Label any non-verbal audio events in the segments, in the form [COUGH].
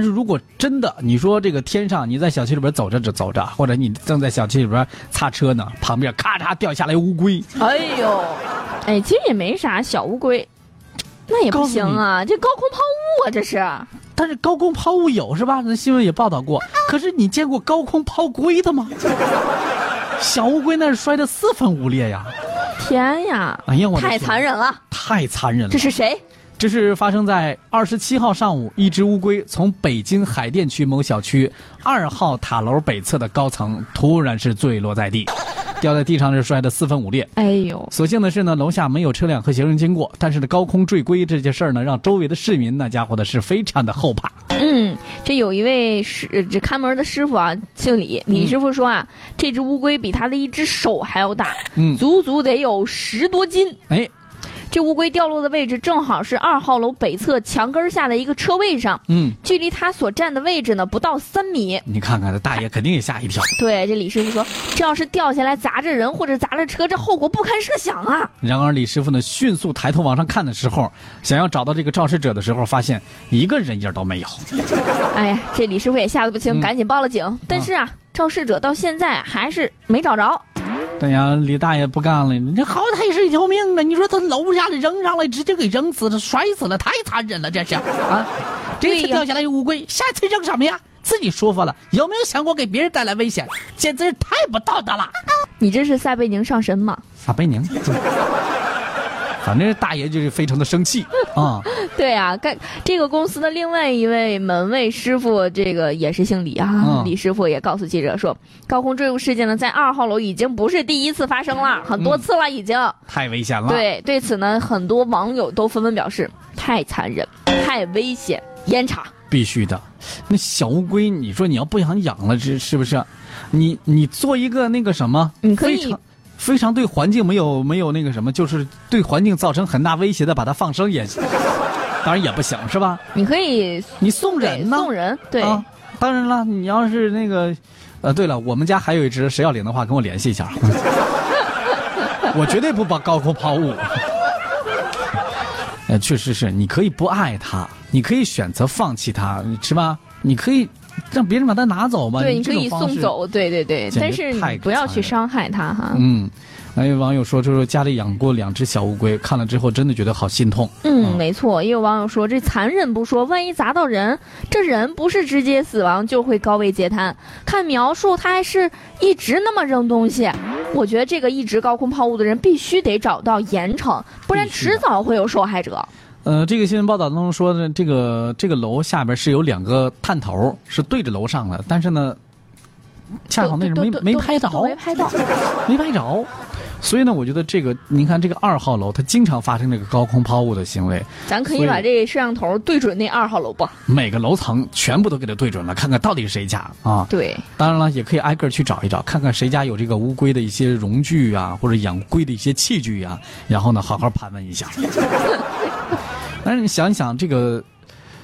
但是如果真的你说这个天上你在小区里边走着走着，或者你正在小区里边擦车呢，旁边咔嚓掉下来乌龟，哎呦，哎，其实也没啥小乌龟，那也不行啊，这高空抛物啊，这是。但是高空抛物有是吧？那新闻也报道过。可是你见过高空抛龟的吗？ [LAUGHS] 小乌龟那是摔得四分五裂呀！天呀！哎呀，我的太天嗯残，忍了！太残忍了！这是谁？这是发生在二十七号上午，一只乌龟从北京海淀区某小区二号塔楼北侧的高层突然是坠落在地，掉在地上是摔得四分五裂。哎呦，所幸的是呢，楼下没有车辆和行人经过，但是呢，高空坠龟这件事儿呢，让周围的市民那家伙的是非常的后怕。嗯，这有一位师呃这看门的师傅啊，姓李，李师傅说啊，这只乌龟比他的一只手还要大，嗯，足足得有十多斤。哎，这乌龟掉落的位置正好是二号楼北侧墙根儿下的一个车位上，嗯，距离他所站的位置呢不到三米。你看看，这大爷肯定也吓一跳。对，这李师傅说，这要是掉下来砸着人或者砸着车，这后果不堪设想啊！然而，李师傅呢，迅速抬头往上看的时候，想要找到这个肇事者的时候，发现一个人影都没有。哎呀，这李师傅也吓得不轻，嗯赶紧报了警。但是啊，肇事者到现在还是没找着。对呀，李大爷不干了，你这好歹是一条命啊！你说他楼下扔上来，直接给扔死了，摔死了，太残忍了，这是啊！这对次呀掉下来乌龟，下次扔什么呀？自己舒服了，有没有想过给别人带来危险？简直是太不道德了！你这是撒贝宁上身吗？ [LAUGHS] 撒贝宁，反正大爷就是非常的生气啊！对啊，该这个公司的另外一位门卫师傅，这个也是姓李啊。嗯李师傅也告诉记者说，高空坠物事件呢，在二号楼已经不是第一次发生了，很嗯多次了已经。太危险了，对，对此呢，很多网友都纷纷表示，太残忍，太危险，严查。必须的。那小乌龟，你说你要不想养了，这是不是？你你做一个那个什么，你嗯可以非常非常对环境没有没有那个什么，就是对环境造成很大威胁的，把它放生也，当然也不行，是吧？你可以你送对人呢？送人，对，啊，当然了，你要是那个，呃，对了，我们家还有一只，谁要领的话跟我联系一 [LAUGHS] 下，我绝对不把高空抛 [LAUGHS] 物。呃，确实是，你可以不爱它，你可以选择放弃它，是吧？你可以让别人把它拿走嘛，对，啊你你可这种以方式送。走，对对对，简但直是太你不要残去忍伤害它哈。嗯，还有网友说，就是家里养过两只小乌龟，看了之后真的觉得好心痛。嗯，没错，也有网友说这残忍不说，万一砸到人，这人不是直接死亡就会高位截瘫。看描述，他还是一直那么扔东西。我觉得这个一直高空抛物的人必须得找到严惩，不然必须的迟早会有受害者。呃，这个新闻报道当中说的，这个这个楼下边是有两个探头是对着楼上的，但是呢，恰好那都人没都都没拍着都，没拍到。没拍着，所以呢，我觉得这个，您看这个二号楼，它经常发生这个高空抛物的行为，咱可所以以把这摄像头对准那二号楼吧？每个楼层全部都给它对准了，看看到底是谁家啊？对，当然了，也可以挨个儿去找一找，看看谁家有这个乌龟的一些绒具啊，或者养龟的一些器具啊，然后呢，好好盘问一下。 [LAUGHS] 但是你想一想，这个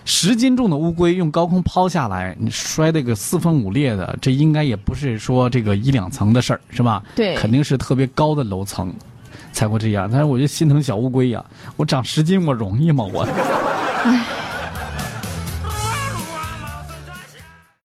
十斤重的乌龟用高空抛下来，你摔那个四分五裂的，这应该也不是说这个一两层的事儿，是吧？对肯定是特别高的楼层才会这样。但是我就心疼小乌龟呀、我长十斤我容易吗？我，